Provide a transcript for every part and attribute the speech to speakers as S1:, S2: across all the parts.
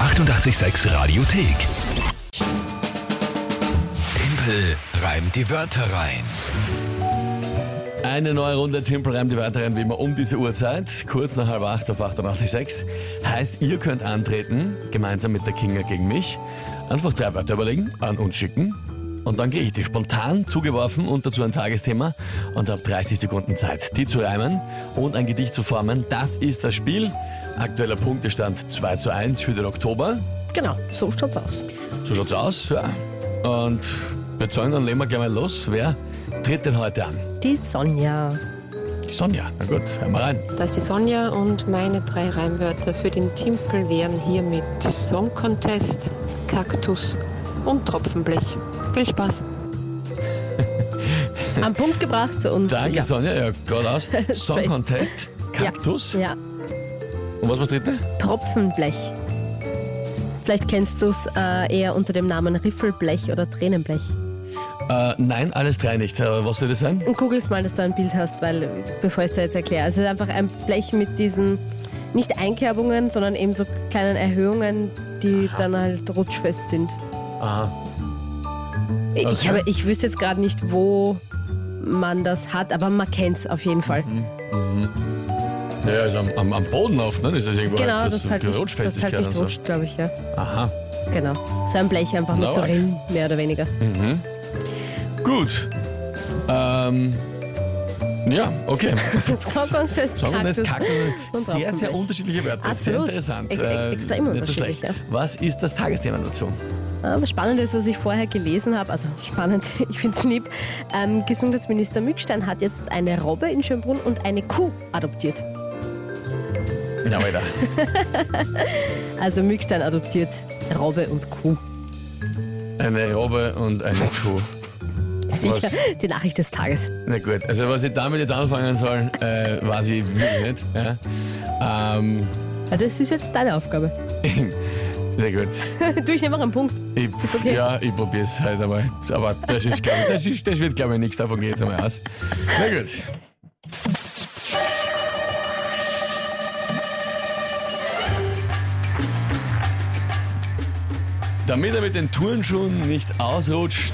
S1: 886 Radiothek. Tempel reimt die Wörter rein.
S2: Eine neue Runde Timpel reimt die weiteren wie immer um diese Uhrzeit, kurz nach halb acht auf 886. Heißt, ihr könnt antreten, gemeinsam mit der Kinga gegen mich. Einfach drei Wörter überlegen, an uns schicken. Und dann kriege ich die spontan zugeworfen und dazu ein Tagesthema und habe 30 Sekunden Zeit, die zu reimen und ein Gedicht zu formen. Das ist das Spiel. Aktueller Punktestand 2 zu 1 für den Oktober.
S3: Genau, so schaut's aus.
S2: So schaut's aus, ja. Und wir sagen, dann legen wir gleich mal los. Wer tritt denn heute an?
S3: Die Sonja.
S2: Die Sonja. Na gut, hören wir rein.
S4: Das ist die Sonja und meine drei Reimwörter für den Timpel wären hiermit Song Contest, Kaktus und Tropfenblech. Viel Spaß!
S3: Am Punkt gebracht und.
S2: Danke,
S3: ja.
S2: Sonja. Ja, geradeaus. Song
S3: Straight.
S2: Contest, Kaktus.
S3: Ja,
S2: Und was war das dritte?
S3: Tropfenblech. Vielleicht kennst du es äh, eher unter dem Namen Riffelblech oder Tränenblech.
S2: Äh, nein, alles drei nicht. Äh, was soll das sein?
S3: Und googelst mal, dass du ein Bild hast, weil, bevor ich es dir jetzt erkläre. Also es ist einfach ein Blech mit diesen, nicht Einkerbungen, sondern eben so kleinen Erhöhungen, die dann halt rutschfest sind.
S2: Aha.
S3: Ich-
S2: Okay.
S3: Ich, habe, ich wüsste jetzt gerade nicht, wo man das hat, aber man kennt es auf jeden Fall.
S2: Mhm. Ja, also am, am, am Boden oft, ne? Ist das irgendwo
S3: Genau,
S2: halt,
S3: das, halt
S2: die
S3: nicht, das
S2: Rutschfestigkeit
S3: halt
S2: und
S3: nicht
S2: so.
S3: rutscht, glaube ich, ja.
S2: Aha.
S3: Genau. So ein Blech einfach
S2: Na,
S3: mit so
S2: arg.
S3: Rillen, mehr oder weniger.
S2: Gut. Ähm. Ja, okay.
S3: Song Contest,
S2: Song und das
S3: Kaktus.
S2: Kaktus.
S3: und
S2: Sehr, sehr
S3: Tropfenblech.
S2: unterschiedliche Wörter. Sehr
S3: Absolut.
S2: interessant.
S3: Ex-
S2: Äh,
S3: extrem
S2: nicht so
S3: unterschiedlich,
S2: schlecht.
S3: ja.
S2: Was ist das Tagesthema dazu?
S3: Ah, Was spannend ist, was ich vorher gelesen habe, also spannend, ich finde es lieb, ähm, Gesundheitsminister Mückstein hat jetzt eine Robbe in Schönbrunn und eine Kuh adoptiert.
S2: Ja, weiter.
S3: Also Mückstein adoptiert Robbe und Kuh.
S2: Eine Robbe und eine Kuh.
S3: Sicher die Nachricht des Tages.
S2: Na gut, also was ich damit jetzt anfangen soll, äh, weiß ich wirklich nicht. Ja. Ähm,
S3: Ja, das ist jetzt deine Aufgabe.
S2: na gut,
S3: du, ich nehme auch einen Punkt.
S2: ich,
S3: okay.
S2: ja, ich probiere es halt einmal. Aber das, ist, glaub, ich- das, ist, das wird, glaube ich, nichts. Davon geht jetzt einmal aus. Na gut. Damit er mit den Turnschuhen nicht ausrutscht,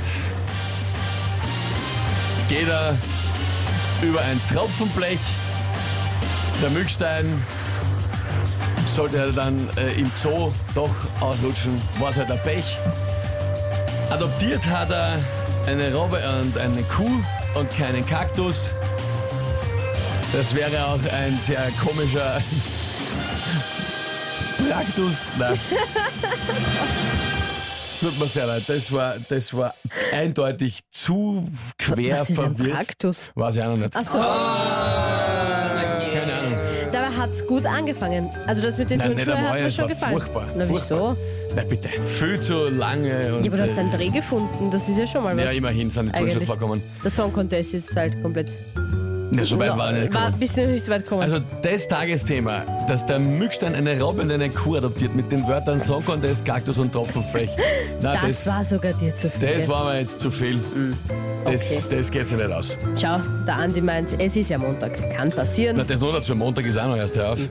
S2: geht er über ein Tropfenblech. Der Müllstein sollte er dann äh, im Zoo doch auslutschen, war es halt ein Pech. Adoptiert hat er eine Robbe und eine Kuh und keinen Kaktus. Das wäre auch ein sehr komischer Praktus. Nein. Tut mir sehr leid, das war, das war eindeutig zu quer
S3: Was ist ein
S2: verwirrt. Ah.
S3: Kaktus?
S2: Weiß ich auch noch nicht.
S3: Achso, Ah.
S2: Keine Ahnung.
S3: dabei hat es gut angefangen. Also das mit den
S2: Nein, nicht
S3: Turnschuhen
S2: einmal,
S3: hat mir
S2: es
S3: schon
S2: war
S3: gefallen.
S2: furchtbar.
S3: Na
S2: furchtbar.
S3: wieso?
S2: Na bitte. Viel zu lange. Und,
S3: Ja, aber du hast einen Dreh gefunden, das ist ja schon mal
S2: äh,
S3: was.
S2: ja, immerhin sind die Turnschuhe
S3: Eigentlich.
S2: vorkommen.
S3: Der Song Contest ist halt komplett...
S2: Ja, so weit war ich nicht
S3: war ein
S2: gekommen.
S3: bisschen nicht so weit gekommen.
S2: Also das Tagesthema, dass der Mückstein eine Robbe und eine Kuh adoptiert mit den Wörtern Song Contest, Kaktus und Tropfenfrech. Na,
S3: das, war Mm. sogar dir zu viel.
S2: das war mir jetzt zu viel. Das, das geht sich nicht aus.
S3: Schau, der Andi meint, es ist ja Montag. Kann
S2: Na,
S3: passieren.
S2: das nur dazu, Montag ist auch noch erst auf.
S3: Ja.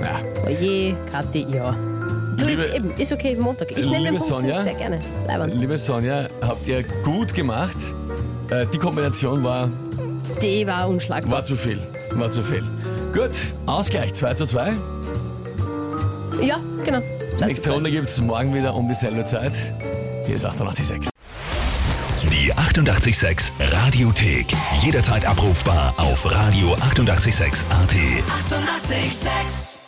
S2: Na,
S3: Oje, Kathi, ja. Du,
S2: Liebe-
S3: ist, eben, ist okay, Montag. Ich nehme
S2: Liebe
S3: den Punkt
S2: Sonja.
S3: sehr gerne. Leiband.
S2: liebe Sonja, habt ihr gut gemacht. Äh, die Kombination war
S3: Die war unschlagbar.
S2: War zu viel, war zu viel. Gut, Ausgleich 2 zu 2.
S3: Ja, genau.
S2: Nächste Runde gibt es morgen wieder um dieselbe Zeit. Hier ist 886.
S1: Die 886 Radiothek. Jederzeit abrufbar auf radio886.at. 886!
S5: 886